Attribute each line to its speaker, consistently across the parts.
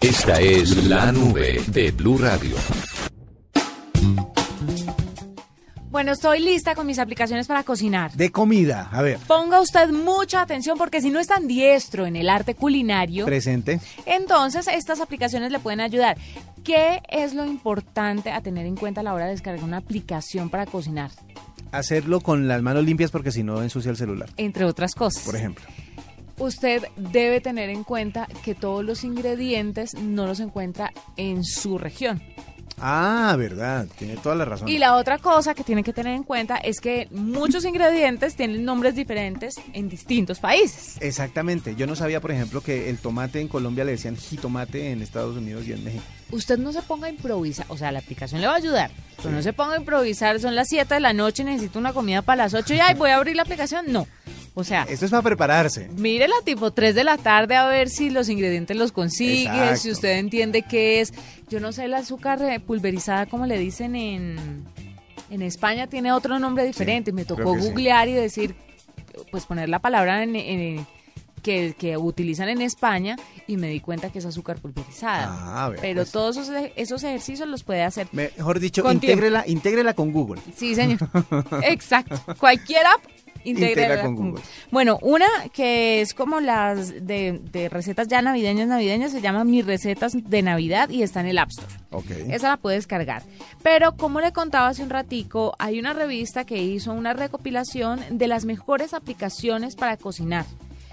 Speaker 1: Esta es la nube de Blue Radio.
Speaker 2: Bueno, estoy lista con mis aplicaciones para cocinar.
Speaker 3: De comida, a ver.
Speaker 2: Ponga usted mucha atención porque si no es tan diestro en el arte culinario,
Speaker 3: Presente.
Speaker 2: entonces estas aplicaciones le pueden ayudar. ¿Qué es lo importante a tener en cuenta a la hora de descargar una aplicación para cocinar?
Speaker 3: Hacerlo con las manos limpias porque si no ensucia el celular,
Speaker 2: Entre otras cosas.
Speaker 3: por ejemplo.
Speaker 2: usted debe tener en cuenta que todos los ingredientes no los encuentra en su región.
Speaker 3: Ah, verdad. Tiene toda la razón.
Speaker 2: Y la otra cosa que tienen que tener en cuenta es que muchos ingredientes tienen nombres diferentes en distintos países.
Speaker 3: Exactamente. Yo no sabía, por ejemplo, que el tomate en Colombia le decían jitomate en Estados Unidos y en México.
Speaker 2: Usted no se ponga a improvisar, o sea, la aplicación le va a ayudar. Pero no se ponga a improvisar, son las 7 de la noche, necesito una comida para las 8 y ay, voy a abrir la aplicación. No. O sea,
Speaker 3: Esto es para prepararse.
Speaker 2: Mírela tipo 3 de la tarde a ver si los ingredientes los consigue,
Speaker 3: Exacto.
Speaker 2: si usted entiende qué es. Yo no sé, el azúcar eh, pulverizada, como le dicen en, en España, tiene otro nombre diferente. Me tocó
Speaker 3: creo que sí.
Speaker 2: googlear y decir, pues poner la palabra en- en- que, que utilizan en España y me di cuenta que es azúcar pulverizada.
Speaker 3: Ah, a ver,
Speaker 2: Pero
Speaker 3: pues.
Speaker 2: todos esos, ej- esos ejercicios los puede hacer.
Speaker 3: Mejor dicho,
Speaker 2: Con tiempo.
Speaker 3: intégrela, intégrela con Google.
Speaker 2: Sí, señor. Exacto. Cualquier app.
Speaker 3: Integra
Speaker 2: Integra
Speaker 3: con
Speaker 2: con
Speaker 3: Google.
Speaker 2: Bueno, una que es como las de, de recetas ya navideñas, navideñas, se llama Mis Recetas de Navidad y está en el App Store.
Speaker 3: Ok.
Speaker 2: Esa la puedes cargar. Pero como le contaba hace un ratico, hay una revista que hizo una recopilación de las mejores aplicaciones para cocinar.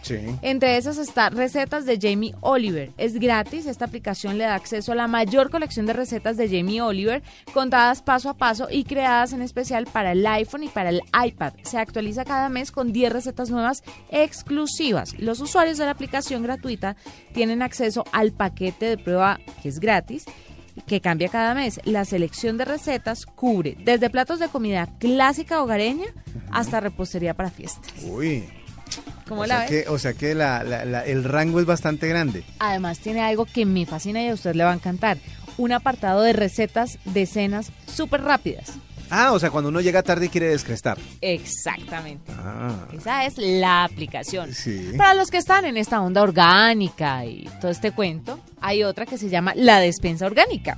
Speaker 3: Sí.
Speaker 2: Entre esas está Recetas de Jamie Oliver. Es gratis, esta aplicación le da acceso a la mayor colección de recetas de Jamie Oliver, contadas paso a paso y creadas en especial para el iPhone y para el iPad. Se actualiza cada mes con 10 recetas nuevas exclusivas. Los usuarios de la aplicación gratuita tienen acceso al paquete de prueba que es gratis que cambia cada mes. La selección de recetas cubre desde platos de comida clásica hogareña hasta repostería para fiestas.
Speaker 3: Uy.
Speaker 2: ¿Cómo
Speaker 3: o,
Speaker 2: la
Speaker 3: sea
Speaker 2: ves?
Speaker 3: que, o sea que la- la- la- el rango es bastante grande.
Speaker 2: Además tiene algo que me fascina y a usted le va a encantar. Un apartado de recetas de cenas súper rápidas.
Speaker 3: Ah, o sea, cuando uno llega tarde y quiere descrestar.
Speaker 2: Exactamente.
Speaker 3: Ah.
Speaker 2: Esa es la aplicación.
Speaker 3: Sí.
Speaker 2: Para los que están en esta onda orgánica y todo este cuento, hay otra que se llama la despensa orgánica.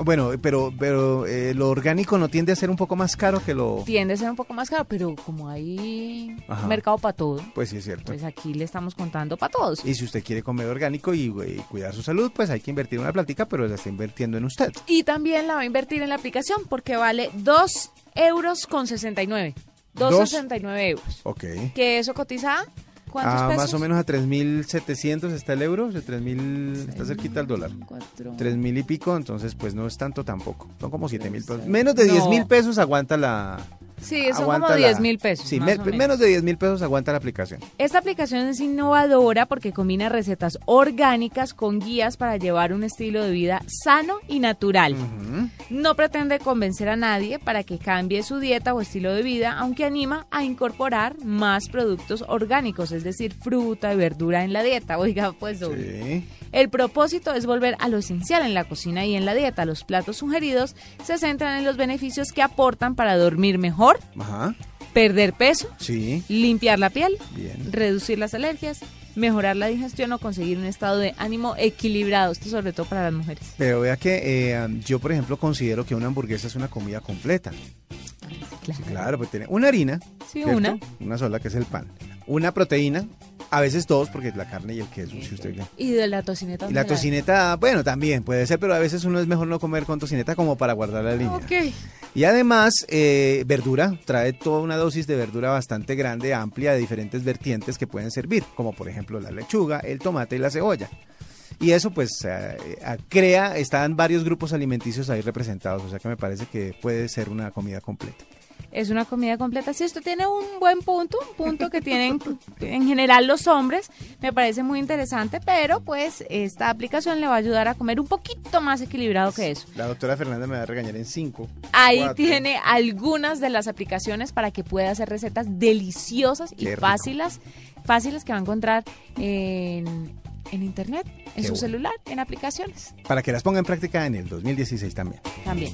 Speaker 3: Bueno, pero, pero eh, lo orgánico no tiende a ser un poco más caro que lo.
Speaker 2: Tiende a ser un poco más caro, pero como hay
Speaker 3: Ajá.
Speaker 2: mercado para todo,
Speaker 3: Pues sí, es cierto.
Speaker 2: pues aquí le estamos contando para todos.
Speaker 3: Y si usted quiere comer orgánico y, eh, cuidar su salud, pues hay que invertir una plática, pero la está invirtiendo en usted.
Speaker 2: Y también la va a invertir en la aplicación porque vale 2 euros con 69. 2,69 euros.
Speaker 3: Ok.
Speaker 2: que eso cotiza a cuántos
Speaker 3: Ah,
Speaker 2: pesos?
Speaker 3: más o menos a 3.700 está el euro, o sea, 3.000, está cerquita al dólar.
Speaker 2: Cuatro.
Speaker 3: 3.000 y pico, entonces pues no es tanto tampoco. Son como 7.000 pesos.
Speaker 2: Entonces,
Speaker 3: Menos de
Speaker 2: no.
Speaker 3: 10.000 pesos aguanta la...
Speaker 2: Sí, son
Speaker 3: aguanta
Speaker 2: como 10
Speaker 3: la-
Speaker 2: mil pesos.
Speaker 3: Sí,
Speaker 2: más
Speaker 3: me-
Speaker 2: o menos.
Speaker 3: menos de 10.000 pesos aguanta la aplicación.
Speaker 2: Esta aplicación es innovadora porque combina recetas orgánicas con guías para llevar un estilo de vida sano y natural.
Speaker 3: Ujú.
Speaker 2: No pretende convencer a nadie para que cambie su dieta o estilo de vida, aunque anima a incorporar más productos orgánicos, es decir, fruta y verdura en la dieta. Oiga, pues doble.
Speaker 3: Sí.
Speaker 2: El propósito es volver a lo esencial en la cocina y en la dieta. Los platos sugeridos se centran en los beneficios que aportan para dormir mejor,
Speaker 3: Ajá.
Speaker 2: perder peso,
Speaker 3: Sí.
Speaker 2: limpiar la piel,
Speaker 3: Bien.
Speaker 2: reducir las alergias, mejorar la digestión o conseguir un estado de ánimo equilibrado. Esto sobre todo para las mujeres.
Speaker 3: Pero vea que eh, yo, por ejemplo, considero que una hamburguesa es una comida completa.
Speaker 2: Claro.
Speaker 3: Claro, pues tiene una harina.
Speaker 2: Sí,
Speaker 3: ¿cierto?
Speaker 2: una.
Speaker 3: Una sola, que es el pan. Una proteína, a veces dos, porque la carne y el queso, si usted quiere.
Speaker 2: Y de la tocineta.
Speaker 3: Y la
Speaker 2: ¿dónde
Speaker 3: tocineta, bueno, también puede ser, pero a veces uno es mejor no comer con tocineta como para guardar la línea.
Speaker 2: Ok.
Speaker 3: Y además, eh, verdura, trae toda una dosis de verdura bastante grande, amplia, de diferentes vertientes que pueden servir, como por ejemplo la lechuga, el tomate y la cebolla. Y eso pues eh, eh, crea, están varios grupos alimenticios ahí representados, o sea que me parece que puede ser una comida completa.
Speaker 2: Es una comida completa. Si esto tiene un buen punto, un punto que tienen en general los hombres, me parece muy interesante, pero pues esta aplicación le va a ayudar a comer un poquito más equilibrado que eso.
Speaker 3: La doctora Fernanda me va a regañar en cinco.
Speaker 2: Ahí
Speaker 3: cuatro.
Speaker 2: tiene algunas de las aplicaciones para que pueda hacer recetas deliciosas y
Speaker 3: Qué rico.
Speaker 2: fáciles, fáciles que va a encontrar en, en internet, en
Speaker 3: Qué
Speaker 2: su
Speaker 3: bueno.
Speaker 2: celular, en aplicaciones
Speaker 3: Para que las ponga en práctica en el 2016 también.
Speaker 2: también.